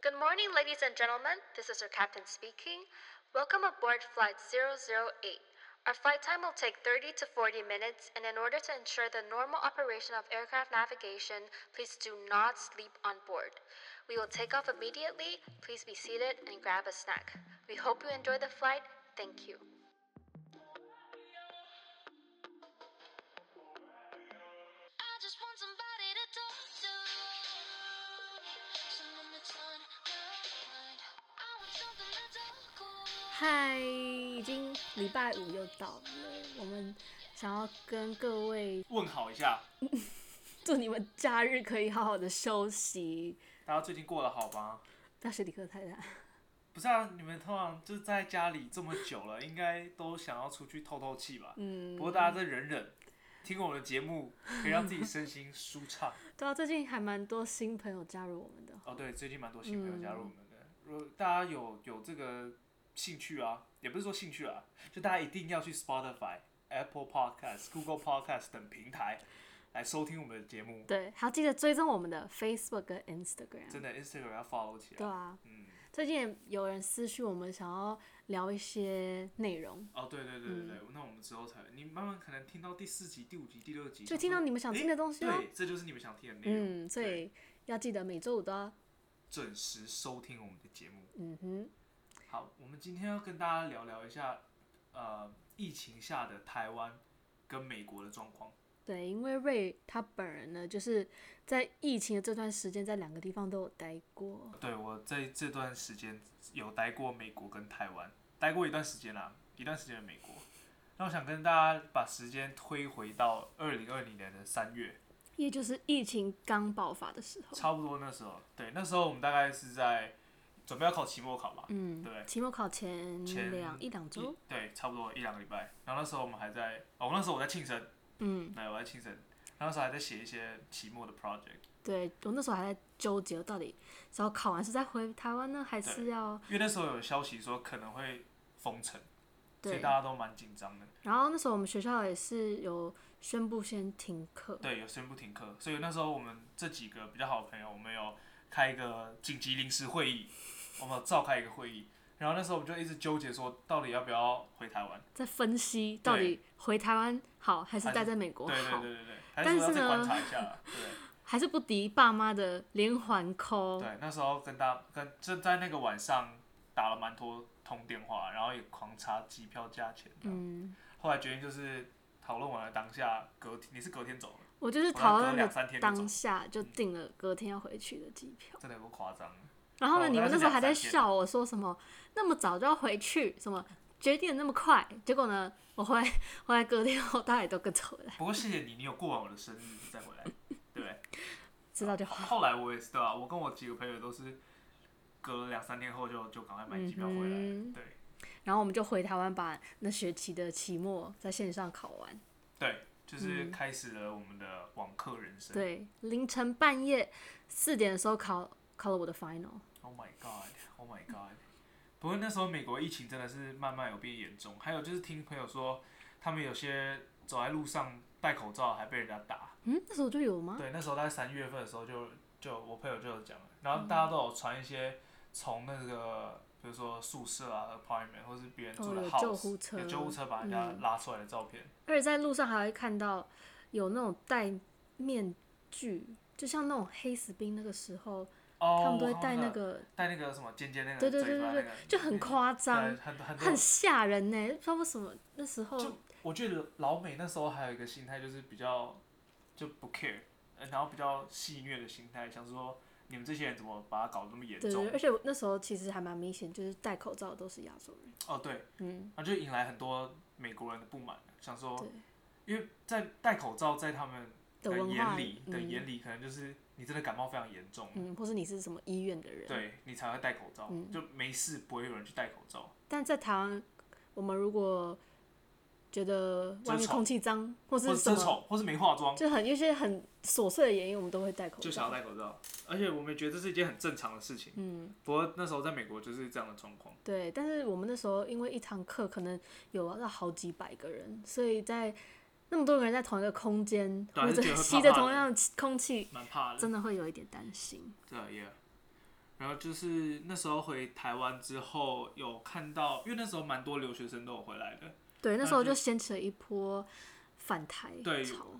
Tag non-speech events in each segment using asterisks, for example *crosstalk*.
Good morning, ladies and gentlemen. This is your captain speaking. Welcome aboard Flight 008. Our flight time will take 30 to 40 minutes, and in order to ensure the normal operation of aircraft navigation, please do not sleep on board. We will take off immediately. Please be seated and grab a snack. We hope you enjoy the flight. Thank you. 嗨，已经礼拜五又到了，我们想要跟各位问好一下，祝你们假日可以好好的休息。大家最近过得好吗？大学理科太太，不是啊，你们通常就是在家里这么久了，应该都想要出去透透气吧？嗯不，过大家再忍忍，听我们的节目可以让自己身心舒 *laughs* 畅。 *laughs* 对啊，最近还蛮多新朋友加入我们的。哦，对，最近蛮多新朋友加入我们嗯的，如果大家有有这个兴趣啊，也不是说兴趣啊，就大家一定要去 Spotify、Apple Podcast、Google Podcast 等平台来收听我们的节目。对，还要记得追踪我们的 Facebook 跟 Instagram。真的 Instagram 要 follow 起对来。啊，嗯，最近也有人私讯我们，想要聊一些内容，哦，对对对对嗯对，那我们之后才，你慢慢可能听到第四集、第五集、第六集，就听到你们想听的东西哦对，。这就是你们想听的内容。嗯，所对以要记得每周五都要，准时收听我们的节目。嗯哼，好，我们今天要跟大家聊聊一下，呃，疫情下的台湾跟美国的状况。对，因为瑞他本人呢，就是在疫情的这段时间，在两个地方都有待过。对我在这段时间有待过美国跟台湾，待过一段时间啦、一段时间的美国。那我想跟大家把时间推回到二零二零年的三月，也就是疫情刚爆发的时候，差不多那时候。对，那时候我们大概是在准备要考期末考吧，嗯，对期末考前前两一两周一，对，差不多一两个礼拜。然后那时候我们还在，哦，那时候我在庆生，嗯，对，我在庆生，那时候还在写一些期末的 project，对我那时候还在纠结，到底是要考完是再回台湾呢，还是对要因为那时候有消息说可能会封城，所以对嗯大？家都蛮紧张的。然后那时候我们学校也是有宣布先停课，对，有宣布停课，所以那时候我们这几个比较好的朋友，我们有开一个紧急临时会议，我们有召开一个会议。然后那时候我们就一直纠结说，到底要不要回台湾？在分析到底回台湾好还是还是待在美国对好，对对对对，还但是说要是再观呢察一下啦？对。还是不敌爸妈的连环 call。对，那时候跟大跟就在那个晚上打了蛮多通电话，然后也狂查机票价钱这样。嗯，后来决定就是讨论完了当下，隔天你是隔天走了，我就是我讨要隔论两的三天就走嗯当，下就订了隔天要回去的机票。真的有够夸张。然后呢，哦你们那时候还在那是两三天笑我说什么那么早就要回去，什么决定得那么快，结果呢，我回来回来隔天后，大家也都跟着回来，不过谢谢你，你有过完我的生日再 *laughs* 回来，对不对？知道就好。后来我也是对啊，我跟我几个朋友都是隔了两三天后就就赶快买机票回来，嗯对然后我们就回台湾，把那学期的期末在线上考完。对，就是开始了我们的网课人生。嗯对，凌晨半夜四点的时候考考了我的 final。 Oh my god! Oh my god! 不过那时候美国疫情真的是慢慢有变严重，还有就是听朋友说，他们有些走在路上戴口罩还被人家打。嗯，嗯那时候就有吗？对，那时候在三月份的时候就就我朋友就有讲了，然后大家都有传一些从那个比如说宿舍啊 apartment 或是别人住哦的有 house，、救护车有救护车把人家嗯拉出来的照片。而且在路上还会看到有那种戴面具，就像那种黑死病那个时候，哦，他们都会我看戴到那了个，戴那个什么尖尖那个对对嘴对巴对那个对，就很夸张对。很很多很吓人呢、不知道为什么那时候就我觉得老美那时候还有一个心态，就是比较就不 care，呃然后比较戏谑的心态，想说你们这些人怎么把它搞得那么严对重对，？而且我那时候其实还蛮明显，就是戴口罩的都是亚洲人，哦，对，嗯，然后就引来很多美国人的不满，想说对，因为在戴口罩在他们的的文化眼里的嗯眼里，可能就是你真的感冒非常严重，嗯，或是你是什么医院的人，，对你才会戴口罩，嗯就没事不会有人去戴口罩。但在台湾，我们如果觉得外真面丑空气脏或或是是什遮么，丑，或是没化妆，就很有一些很琐碎的原因，我们都会戴口就想要罩，戴口罩。而且我们也觉得这是一件很正常的事情。嗯，不过那时候在美国就是这样的状况。对。但是我们那时候因为一堂课可能有到好几百个人，所以在那么多人在同一个空间，对啊或者就觉得会吸怕着怕同的样的气空气，蛮怕的。真的会有一点担心。对啊，yeah。然后就是那时候回台湾之后，有看到，因为那时候蛮多留学生都有回来的，对，那时候那就就掀起了一波反台对潮、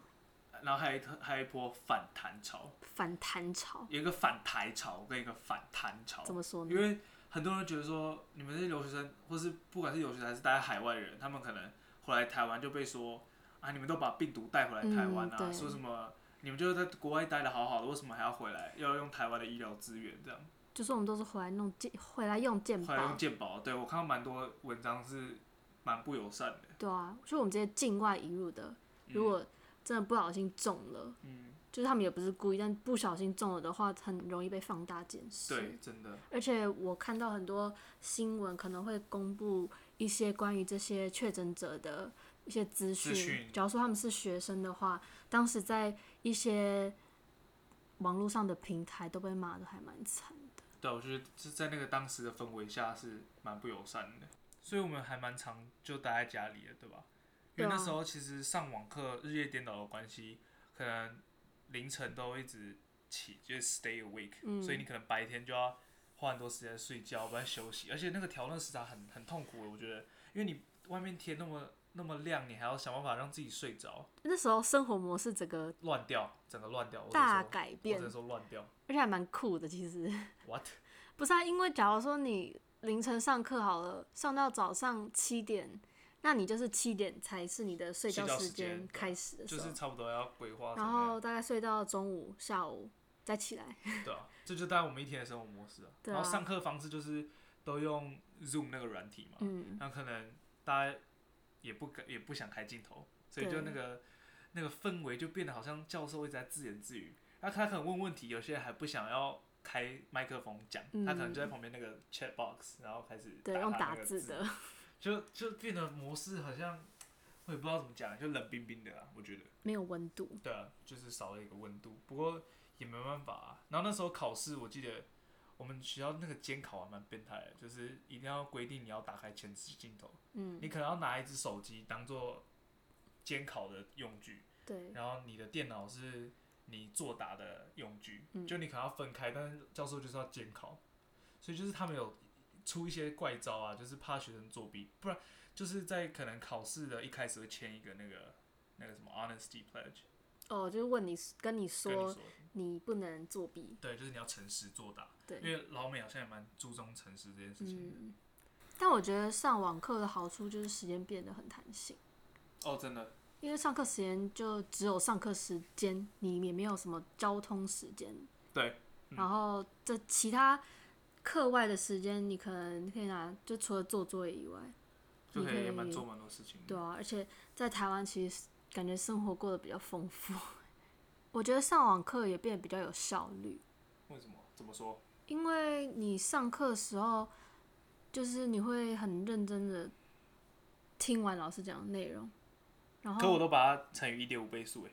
然后还有一特还有一波反弹潮，反弹潮，有一个反台潮跟一个反弹潮。怎么说呢？因为很多人觉得说，你们这些留学生，或是不管是留学生还是待在海外的人，他们可能回来台湾就被说啊，你们都把病毒带回来台湾啊，嗯对说什么你们就是在国外待的好好的，为什么还要回来？要用台湾的医疗资源这样，就是我们都是回来弄健，回来用健后来用保，健保。对我看到蛮多文章是蛮不友善的，对啊，就我们这些境外移入的，如果真的不小心中了，嗯，就是他们也不是故意，但不小心中了的话，很容易被放大检视。对，真的，而且我看到很多新闻可能会公布一些关于这些确诊者的一些资资讯讯，假如说他们是学生的话，当时在一些网络上的平台都被骂的还蛮惨的。对，啊我觉得是在那个当时的氛围下是蛮不友善的，所以我们还蛮常就待在家里的，对吧？因为对啊那时候其实上网课日夜颠倒的关系，可能凌晨都一直起，就是 stay awake，、嗯所以你可能白天就要花很多时间睡觉，不然休息，而且那个调那时差很很痛苦的，欸我觉得，因为你外面天那么那么亮，你还要想办法让自己睡着，那时候生活模式整个乱掉，整个乱掉，我只能大说改我只变，能而说乱掉且还蛮酷的。其实，what？不是啊，因为假如说你凌晨上课好了，上到早上七点，那你就是七点才是你的睡睡觉觉时时间间对啊开始的时就候，是差不多要规划什哦然么后大概睡到中午、下午再起来。对啊，这就大概我们一天的生活模式啊。对啊然后上课方式就是都用 Zoom 那个软体嘛， *laughs* 嗯，那可能大家也不敢也不想开镜头，所以对就那个那个氛围就变得好像教授一直在自言自语，然后他可能问问题，有些人还不想要开麦克风讲，嗯他可能就在旁边那个 chat box，然后开始对，用他打那个字的，就就变得模式好像我也不知道怎么讲，就冷冰冰的啊，我觉得。没有温度。对啊，就是少了一个温度，不过也没办法啊。然后那时候考试，我记得我们学校那个监考还蛮变态的，就是一定要规定你要打开前置镜头，嗯你，可能要拿一只手机当做监考的用具，对，然后你的电脑是你作答的用具，嗯就你可能要分开，但是教授就是要监考，所以就是他们有出一些怪招啊，就是怕学生作弊，不然就是在可能考试的一开始会签一个那个那个什么 honesty pledge。哦，就是问你，跟你跟你说说，你不能作弊。对，就是你要诚实作答，因对，为老美好像也蛮注重诚实这件事情的。嗯。但我觉得上网课的好处就是时间变得很弹性，哦，真的，因为上课时间就只有上课时间，你也没有什么交通时间。对。嗯然后这其他课外的时间，你可能可以拿，就除了做作业以外，就你可可以以蛮做蛮多事情的。对啊，而且在台湾其实感觉生活过得比较丰富， *laughs* 我觉得上网课也变得比较有效率，为什么？怎么说？因为你上课的时候，就是你会很认真的听完老师讲的内容，然可我后都把它乘以一点五倍速哎，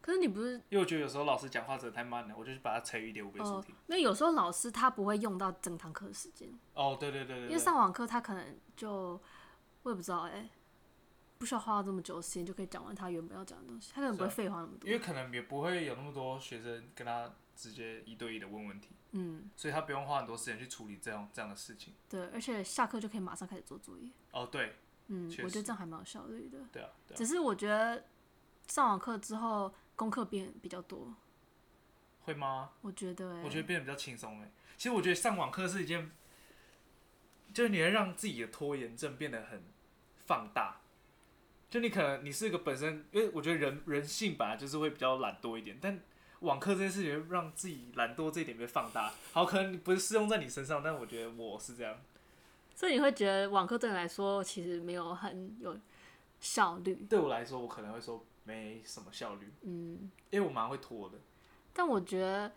可是你不是因为我觉得有时候老师讲话真的太慢了，我就去把它乘以一点五倍速哦听。，因为有时候老师他不会用到整堂课的时间，哦，对对对因对为对，上网课他可能就我也不知道哎、不需要花这么久的时间就可以讲完他原本要讲的东西，他可能不会是啊废话那么多因。为可能也不会有那么多学生跟他直接一对一的问问题，嗯，所以他不用花很多时间去处理这样这样的事情。对，而且下课就可以马上开始做作业。哦，对嗯，确我觉实得这样还蛮有效率的。对啊，对啊，只是我觉得上网课之后功课变比较多，会吗？我觉得、欸，我觉得变得比较轻松哎。其实我觉得上网课是一件，就是你会让自己的拖延症变得很放大。就你可能你是一个本身，因为我觉得人人性本来就是会比较懒惰一点，但网课这件事情会让自己懒惰这一点被放大。好，可能不是适用在你身上，但我觉得我是这样。所以你会觉得网课对你来说其实没有很有效率。对我来说，我可能会说没什么效率，嗯，因为我蛮会拖的。但我觉得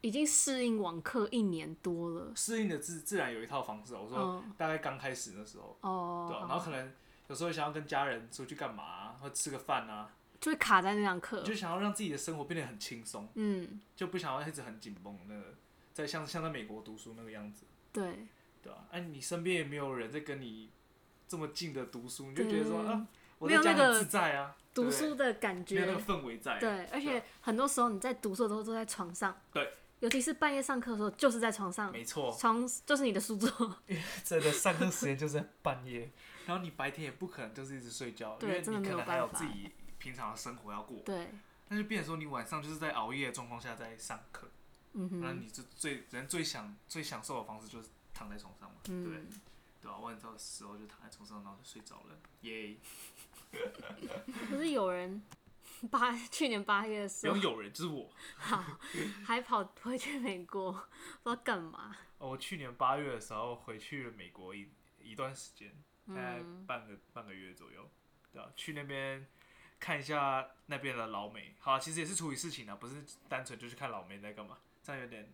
已经适应网课一年多了。适应的自自然有一套方式啊。我说嗯大概刚开始的时候，哦，对啊、好然后可能有时候想要跟家人出去干嘛啊、或吃个饭啊，就会卡在那堂课。就想要让自己的生活变得很轻松，嗯，就不想要一直很紧绷那个，在像像在美国读书那个样子，对，对吧、啊？哎、你身边也没有人在跟你这么近的读书，你就觉得说对啊，我嗯没在有家那很个自在啊，对读不对书的感没有那觉个。氛围在，啊对，而且很多时候你在读书的时候都在床上。对，尤其是半夜上课的时候，就是在床上，没错，床就是你的书桌，真的上课时间就是在半夜， *laughs* 然后你白天也不可能就是一直睡觉，因对为真的你没可有能还有办法自己平常的生活要过， *laughs* 对，那就变成说你晚上就是在熬夜的状况下在上课，嗯那哼，你就最人最享最享受的方式就是躺在床上嘛，对不对嗯，对吧、我晚上的时候就躺在床上，然后就睡着了，耶！可是有人 *laughs* 八去年八月的不时用候有人，就是我。还跑回去美国，不知道干嘛，哦我去年八月的时候回去了美国一一段时间，大概嗯半个、半个月左右，对吧、啊去那边看一下那边的老美，好啊、其实也是处理事情啊，不是单纯就去看老美在干嘛，这样有点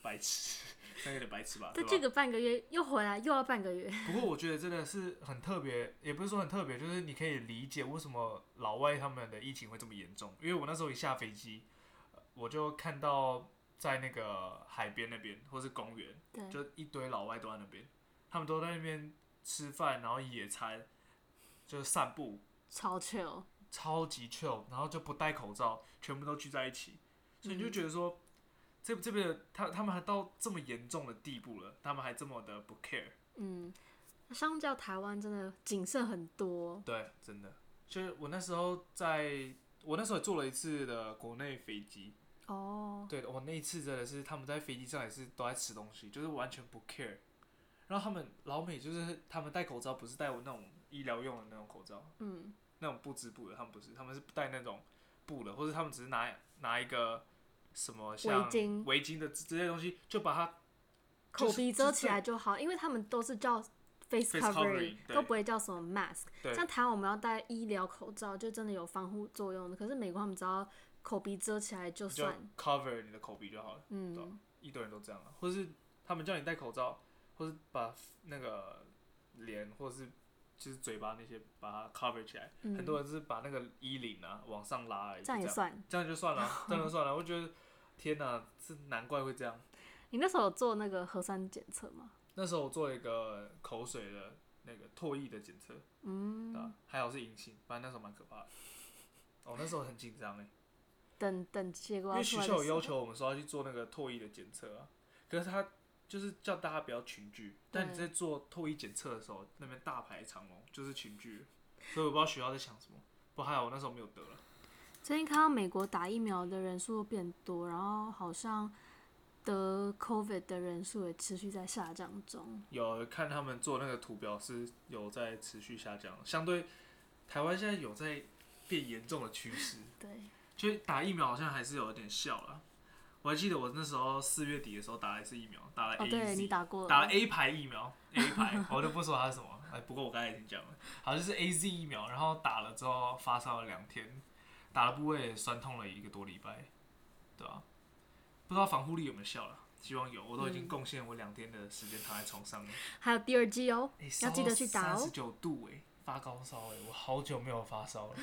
白痴，这样有点 *laughs* 白痴吧，在对这吧？个半个月又回来，又要半个月，不过我觉得真的是很特别，也不是说很特别，就是你可以理解为什么老外他们的疫情会这么严重，因为我那时候一下飞机，呃我就看到在那个海边那边或是公园。对，就一堆老外都在那边，他们都在那边吃饭，然后野餐，就是散步，超 chill，超级 chill，然后就不戴口罩，全部都聚在一起，所以你就觉得说，这这边的他他们还到这么严重的地步了，他们还这么的不 care，嗯，相较台湾真的谨慎很多，对，真的，就是我那时候在，我那时候也坐了一次的国内飞机，哦，对我那一次真的是他们在飞机上也是都在吃东西，就是完全不 care。然后他们老美就是他们戴口罩，不是戴我那种医疗用的那种口罩，嗯，那种不织布的，他们不是，他们是戴那种布的，或者他们只是拿拿一个什么像围巾围巾的之之类的东西，就把它口就是鼻就是遮起来就好，因为他们都是叫 face Face covering， covering，对都不会叫什么 mask。对像台湾我们要戴医疗口罩，就真的有防护作用的。可是美国他们只要口鼻遮起来就就算， cover 你的口鼻就好了。对啊嗯，一堆人都这样啊，或是他们叫你戴口罩，或是把那个脸或是就是嘴巴那些把它 cover 起来，嗯很多人是把那个衣领啊往上拉而已，这样也就这样算。这样就算了，啊 *laughs* 这样就算了。我觉得天哪，这难怪会这样。你那时候有做那个核酸检测吗？那时候我做了一个口水的那个唾液的检测，对吧、嗯，还好是阴性，不然那时候蛮可怕的。哦，那时候很紧张哎，等等结果因要为出学来校的有时候要，求我们说要去做那个唾液的检测啊，可是他就是叫大家不要群聚，但你在对做唾液检测的时候，那边大排长龙，就是群聚，所以我不知道学校在想什么。不过还好我那时候没有得了，最近看到美国打疫苗的人数变多，然后好像得 COVID 的人数也持续在下降中。有看他们做那个图表是有在持续下降，相对台湾现在有在变严重的趋势。对，就是打疫苗好像还是有点效啦。我还记得我那时候四月底的时候打了一次疫苗，打了 A、哦，对你打过了，哎打了 A 牌疫苗，A *laughs* 牌，我就不说它是什么。哎，不过我刚才已经讲了，好像就是 A Z 疫苗，然后打了之后发烧了两天，打了部位也酸痛了一个多礼拜，对吧、不知道防护力有没有效了，希望有。我都已嗯经贡献我两天的时间躺在床上了，还有第二季哦，哎要记得去打三十哦。九度哎、发高烧哎、我好久没有发烧了，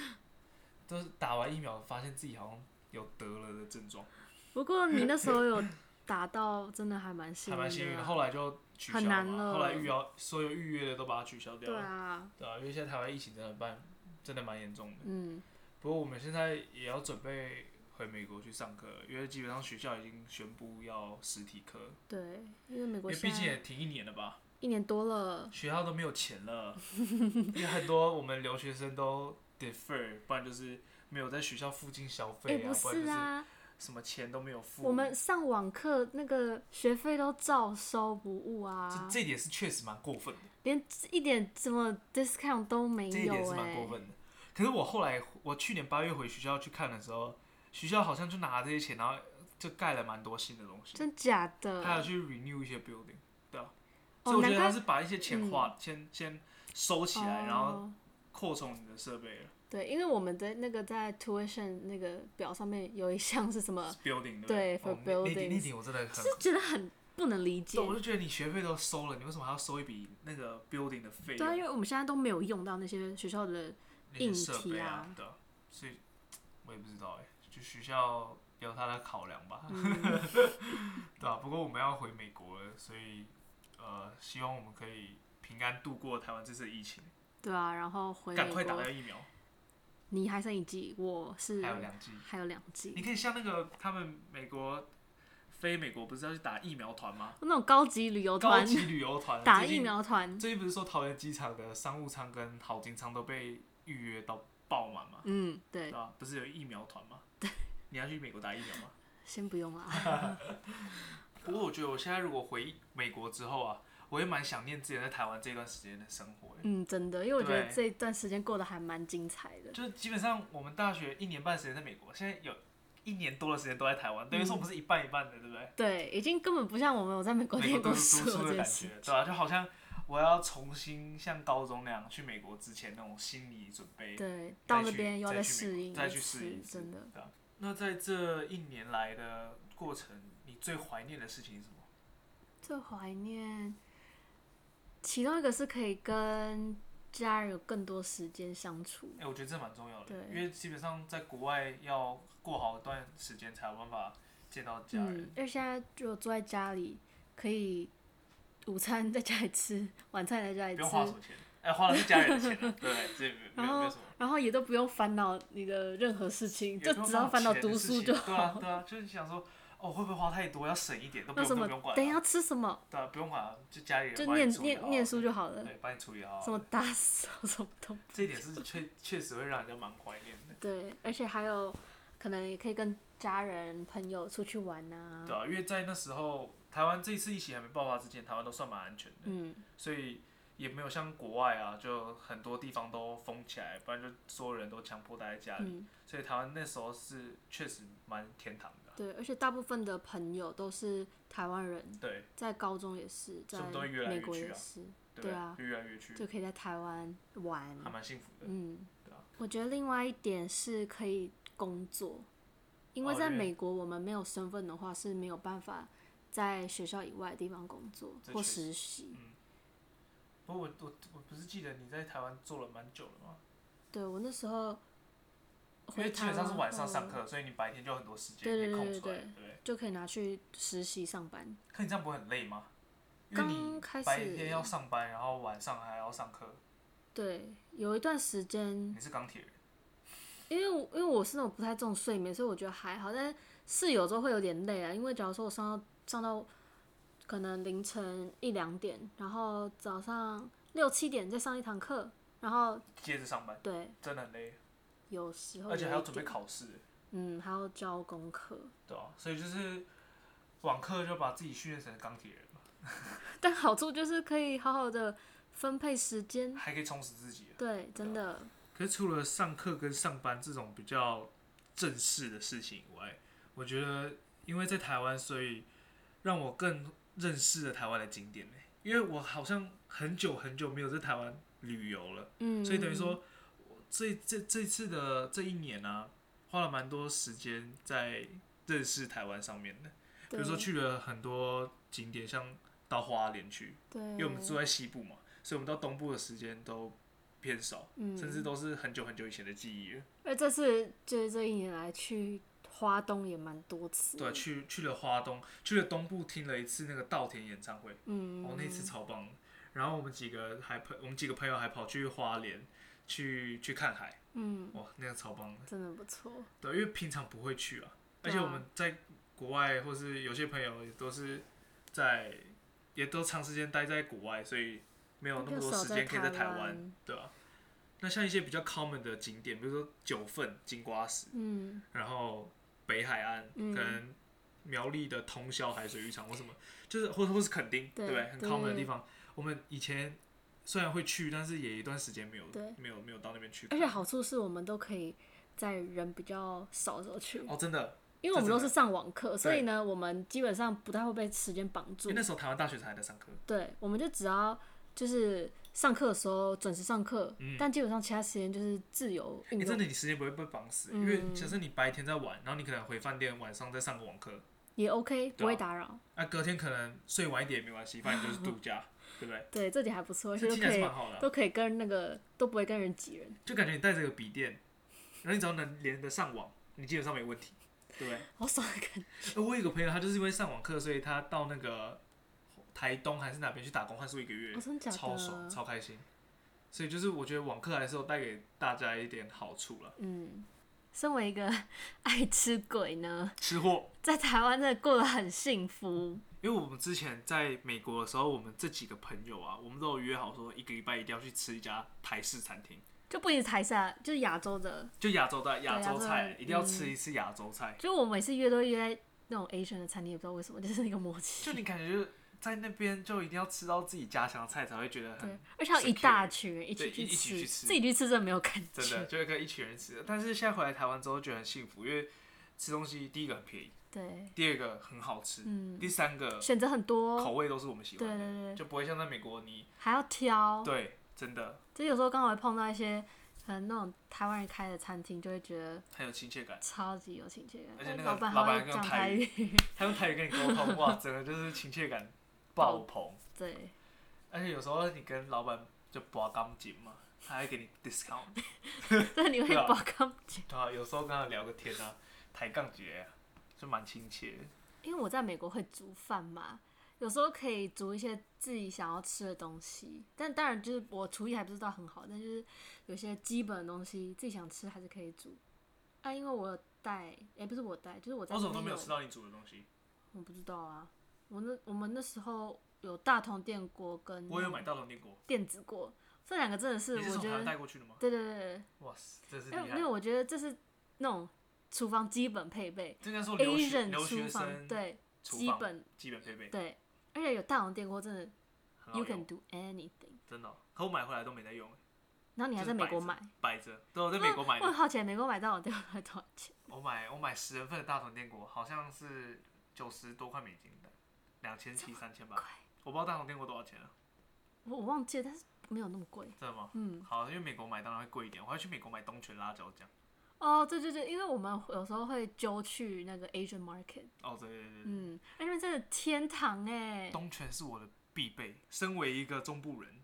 都是打完疫苗发现自己好像有得了的症状，不过你那时候有打到，真的还蛮幸运的还啊。蛮幸运的。后来就取消很嘛难了后来预约所有预约的都把它取消掉对了，啊，对啊，因为现在台湾疫情真的蛮真的蛮严重的。嗯，不过我们现在也要准备回美国去上课，因为基本上学校已经宣布要实体课，对，因为美因国为毕现竟在也停一年了吧。一年多了，学校都没有钱了，因为很多我们留学生都 defer，不然就是没有在学校附近消哎、费啊，不不然就是啊，是什么钱都没有付。我们上网课那个学费都照收不误这啊，这一点是确实蛮过分的，连一点什么 discount 都没这一点有是哎、蛮过分的。可是我后来我去年八月回学校去看的时候，学校好像就拿这些钱，然后就盖了蛮多新的东西，真假还有的？去 renew 一些 building，对啊。哦所以我觉得难怪嗯他是把一些钱花，先先收起来，然后哦扩充你的设备了对，因为我们的那个在 tuition 那个表上面有一项是什么， building 不对对，for 哦那那点那 buildings 点我真的很就觉得很不能理解对，。我就觉得你学费都收了，你为什么还要收一笔那个 building 的费对啊，因用？为我们现在都没有用到那些学校的那些硬设体备啊对啊，所以我也不知道哎、就学校有它的考量吧，嗯 *laughs* 对啊，不过我们要回美国了，所以呃，希望我们可以平安度过台湾这次疫情，对啊，然后回赶美快打国嗯掉，疫苗，你还剩一季，我是还有两剂。还有两你季。可以像那个他们美国飞美国不是要去打疫苗团吗？那种高级旅游高团级旅游团打最近疫苗团，最近不是说桃园机场的商务舱跟豪金舱都被预约到爆满吗？嗯，对对，吧、不是有疫苗团吗？你要去美国打疫苗吗？先不用啦。 *laughs* 不过我觉得我现在如果回美国之后啊，我也蛮想念之前在台湾这段时间的生活耶。嗯，真的，因为我觉得对这一段时间过得还蛮精彩的。就是基本上我们大学一年半时间在美国，现在有一年多的时间都在台嗯湾，等于说我们是一半一半的，对不对？对，已经根本不像我们有在美国美国念过读书书的这感件觉事。，对啊吧、就好像我要重新像高中那样去美国之前那种心理准备，对，再到那去边又要再去美适国应再一去适次应，，真的。。对啊、那在这一年来的过程，你最怀念的事情是什么？最怀念，其中一个是可以跟家人有更多时间相处。哎、我觉得这蛮重要的，对因为基本上在国外要过好一段时间才有办法见到家人嗯。，因为现在就坐在家里，可以午餐在家里吃，晚餐也在家里不用花什吃，么钱，哎、花的是家人的钱啊、对，这没有没然有没有后什么。然后也都不用烦恼你的任何事情，也就不用只要烦烦恼钱的读事书情就对啊好。对啊，就是想说，哦，会不会花太多？要省一点，都不那用什都么不用管、啊。等一下要吃什么，对啊，不用管、啊，就家里人就帮你念处理好念啊念，书就好了，对，帮你处理好啊。什么打扫什么都这一点是确确实会让人家蛮怀念的，对，而且还有可能也可以跟家人朋友出去玩啊。对啊，因为在那时候台湾这一次疫情还没爆发之前，台湾都算蛮安全的，嗯，所以也没有像国外啊，就很多地方都封起来，不然就所有人都强迫待在家里，嗯所以台湾那时候是确实蛮天堂的啊、对，而且大部分的朋友都是台湾人，对在高中也是，在所以我们都会越来美越国去也啊是，对不对啊就越来越去，就可以在台湾玩。还蛮幸福的，嗯对啊，我觉得另外一点是可以工作，因为哦在因为美国我们没有身份的话是没有办法在学校以外的地方工作这或确嗯实习。不过我我我不是记得你在台湾做了蛮久了吗？对我那时候因回为基台本湾上是晚上后上课，所以你白天就有很多时间对对可以对空对出来，对对不对？就可以拿去实习上班。可你这样不会很累吗？因为刚你开白始天要上班，然后晚上还要上课，对，有一段时间你是钢铁人，因为我因为我是那种不太重睡眠，所以我觉得还好。但是室友之后会有点累啊，因为假如说我上到上到可能凌晨一两点，然后早上六七点再上一堂课，然后接着上班，对，真的很累，有时候而且还要有一准备点，考试，嗯，还要交功课， *laughs* 对啊，所以就是网课就把自己训练成钢铁人嘛，但好处就是可以好好的分配时间。还可以充实自己啊。对，真的，可是除了上课跟上班这种比较正式的事情以外，我觉得因为在台湾，所以让我更认识了台湾的景点呢、因为我好像很久很久没有在台湾旅游了，嗯，所以等于说，我这这这次的这一年啊，花了蛮多时间在认识台湾上面的。比对，如说去了很多景点，像到花莲去，对，因为我们住在西部嘛，所以我们到东部的时间都偏少，嗯甚至都是很久很久以前的记忆了。而这次就是这一年来去花东也蛮多次的，对，啊去去了花东，去了东部听了一次那个稻田演唱会，嗯，哦，那次超棒的。然后我们几个还朋，我们几个朋友还跑去花莲去去看海，嗯，哇，那个超棒的。真的不错。对，因为平常不会去啊，对而啊且我们在国外或是有些朋友也都是在，也都长时间待在国外，所以没有那么比较多少时间在可以在台台湾湾，对啊。那像一些比较 common 的景点，比如说九份金瓜石，嗯，然后北海岸嗯跟苗栗的通宵海水浴场或什么，就是或或是垦丁，对对不对？很对 common 的地方，我们以前虽然会去，但是也一段时间没有对没有没有到那边去而看。且好处是我们都可以在人比较少的时候去，哦，真的，因为我们都这是上网课，所以呢，我们基本上不太会被时间绑因住为。那时候台湾大学才还在上课。对，我们就只要就是上课的时候准时上课，但基本上其他时间就是自由运你用嗯哎真，的，你时间不会被绑死，嗯因为假设你白天在玩，然后你可能回饭店，晚上再上个网课，也 OK，对啊不会打扰。那、隔天可能睡晚一点也没关系，反正就是度 *laughs* 假，对不对？对，这点还不错，这就听起来可是以蛮好的啊、都可以跟那个都不会跟人挤人，就感觉你带着个笔电，然后你只要能连得上网，你基本上没问题，*laughs* 对不对？好爽的感觉。呃我有一个朋友，他就是因为上网课，所以他到那个台东还是哪边去打工换宿一个月哦，，真的假超爽，的？超开心。所以就是我觉得网课还是有带给大家一点好处了。嗯，身为一个 *laughs* 爱吃鬼呢，吃货。在台湾真的过得很幸福。因为我们之前在美国的时候，我们这几个朋友啊，我们都有约好说一个礼拜一定要去吃一家台式餐厅，就不仅是台下，就是亚洲的，就亚洲的亚洲亚菜洲，的一定要吃一次亚洲菜。就我每次约都约在那种 Asian 的餐厅，也不知道为什么，就是那个默契。就你感觉就是在那边就一定要吃到自己家乡菜才会觉 *laughs* 得对很，而且要一大群人一对起去一一起去吃自己去吃真的没有感觉。真的，就会跟一群人吃。但是现在回来台湾之后，觉得很幸福，因为吃东西第一个很便宜，对，第二个很好吃，嗯第三个选择很口多，味都是我们喜欢对的，对哦对就不会像在美国你还要挑。对真的就有时候刚好会碰到一些可能那种台湾人开的餐厅，就会觉得很有亲切感。超级有亲切感。而且那个老板老还板会用讲台台语语，他用台语跟你沟通，哇，整个就是亲切感爆棚。 *laughs* 对，而且有时候你跟老板就拔钢筋嘛，他还给你 discount。所以你会对啊爆钢琴。对啊，有时候跟他聊个天啊，抬杠节、啊，就蛮亲切的。因为我在美国会煮饭嘛，有时候可以煮一些自己想要吃的东西，但当然就是我厨艺还不是到很好，但就是有些基本的东西自己想吃还是可以煮。啊，因为我有带，哎、不是我带，就是我在我怎么那都边没有吃到你煮的东西？我不知道啊，我那我们那时候有大同电锅跟我有买大同电锅，电子锅，这两个真的是你是我从觉台湾带得，过去的吗？对对对对，哇塞，真是因为厉因为害！我觉得这是那种厨房基本配备这应该说留学，Asian 留厨学房生对厨基房本基本配备，对，而且有大同电锅真的很好，you can 用， do anything。真的哦。可我买回来都没在用，然后你还在美国买，摆着，对，我在美国买我很的。好奇美国买大同电锅才多少 *laughs* 钱？我买我买十人份的大同电锅，好像是九十多块美金的，两千七三千吧快。我不知道大同电锅多少钱了，啊我我忘记了，但是没有那么贵。真的吗？嗯，好，因为美国买当然会贵一点，我还去美国买东泉辣椒酱。哦，对对对，因为我们有时候会揪去那个 Asian market，哦，对对对对，嗯，哎，那边真的天堂哎，东泉是我的必备。身为一个中部人，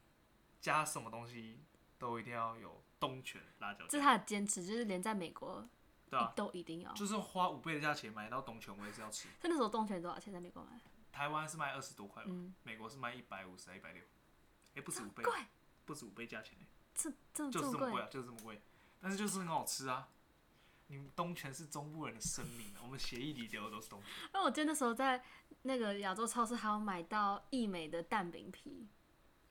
加什么东西都一定要有东泉辣椒这是，酱他的坚持，就是连在美国对啊，都一定要。就是花五倍的价钱买到东泉，我也是要吃。所以那时候东泉多少钱在美国买？台湾是卖二十多块吧，嗯美国是卖一百五十、一百六，哎，不止五倍，贵，不止五倍价钱欸这真的这就是么这么贵啊贵？，就是这么贵，但是就是很好吃啊。你们东泉是中部人的生命啊，我们协议里流的都是东泉。那我记得那时候在那个亚洲超市还有买到益美的蛋饼皮，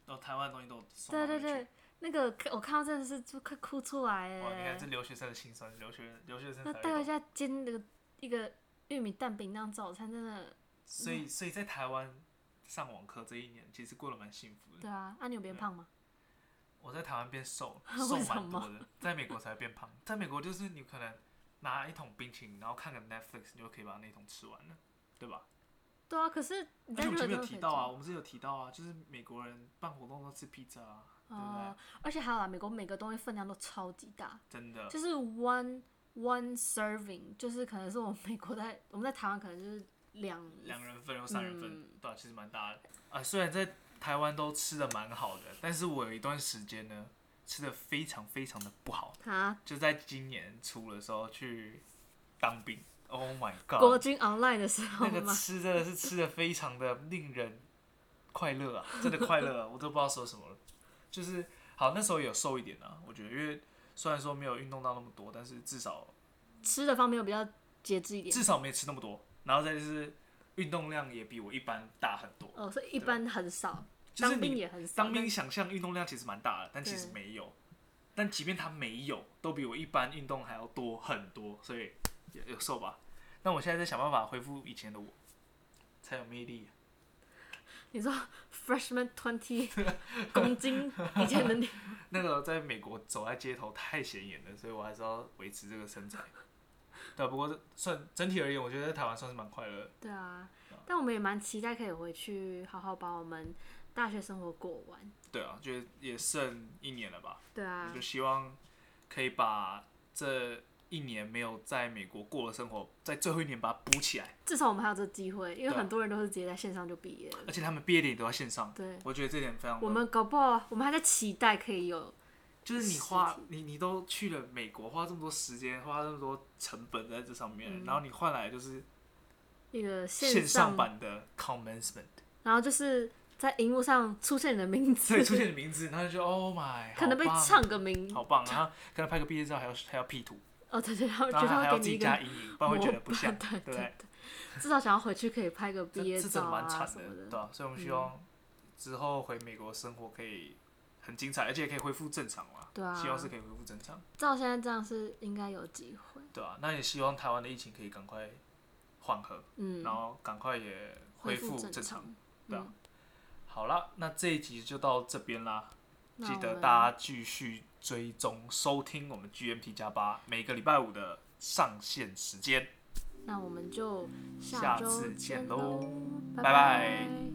然后台湾的东西都送对到对那边对，那个我看到真的是就快哭出来去。哇，哦你看这哎！留学生的心酸，留学留学生那才会带回懂家煎那个一个玉米蛋饼当早餐，真的所以，所以在台湾上网课这一年，其实过得蛮幸福的。对啊。啊，你有变嗯胖吗？，我在台湾变瘦瘦 *laughs* 为什蛮么多的，在美国才变胖。在美国就是你可能拿一桶冰淇淋，然后看个 Netflix，你就可以把那桶吃完了，对吧？对啊，可是你而在且日我们本真前面的有可提以到啊，做我们之前有提到啊，就是美国人办活动都吃披萨啊，对不对哦，？而且还有啊，美国每个东西分量都超级大，真的就是 one one serving，就是可能是我们美国在我们在台湾可能就是两两人份或三人份，嗯对啊、其实蛮大的啊。虽然在台湾都吃的蛮好的，但是我有一段时间呢，吃的非常非常的不好。啊就在今年初的时候去当兵。Oh my 国 god！军 online 的时候那个 *laughs* 嘛，吃真的是吃的非常的令人快乐啊，真的快乐啊，我都不知道说什么了。就是好，那时候有瘦一点啊，我觉得，因为虽然说没有运动到那么多，但是至少吃的方面我比较节制一点至，少没吃那么多。然后再就是运动量也比我一般大很多。哦，所以一般很少，就是当兵你也很少，当兵想象运动量其实蛮大的，但其实对没有。但即便他没有，都比我一般运动还要多很多，所以有有瘦吧。那我现在在想办法恢复以前的我，才有魅力、啊你说 freshman twenty *laughs* 公斤以前的 *laughs* 你，那个在美国走在街头太显眼了，所以我还是要维持这个身材。对啊，不过算整体而言，我觉得在台湾算是蛮快乐的。对啊，但我们也蛮期待可以回去好好把我们大学生活过完，对啊，觉得也剩一年了吧，对啊我就，希望可以把这一年没有在美国过的生活，在最后一年把它补起来。至少我们还有这机会，因为对啊很多人都是直接在线上就毕业了，而且他们毕业典礼都要线上，对，我觉得这点非常。我们搞不好我们还在期待可以有，就是你实花体你你都去了美国，花这么多时间，花这么多成本在这上面，嗯然后你换来就是那个线上上，版的 commencement，然后就是在荧幕上出现你的名字所以，出现你名字，然后就觉得 Oh my， *laughs* 可能被好棒唱个名，好棒，然后跟他拍个毕业照，还要还要 P 图，哦，对对，然后然就后他还会要给你自己一个加阴影，不然会觉得不像， *laughs* 模板对不对对？至少想要回去可以拍个毕业这这真照的蛮啊惨什么的，的。嗯对啊，所以我们希望之后回美国生活可以很精彩，而且可以恢复正常嘛。对啊希望是可以恢复正常，照现在这样是应该有机会，对啊，那也希望台湾的疫情可以赶快缓和，嗯，然后赶快也恢复复正常。常。对啊好啦，那这一集就到这边啦，那记我得们大家继续追踪收听我们 GMP 加八每个礼拜五的上线时间。那我们就下周次见见喽喽，拜拜拜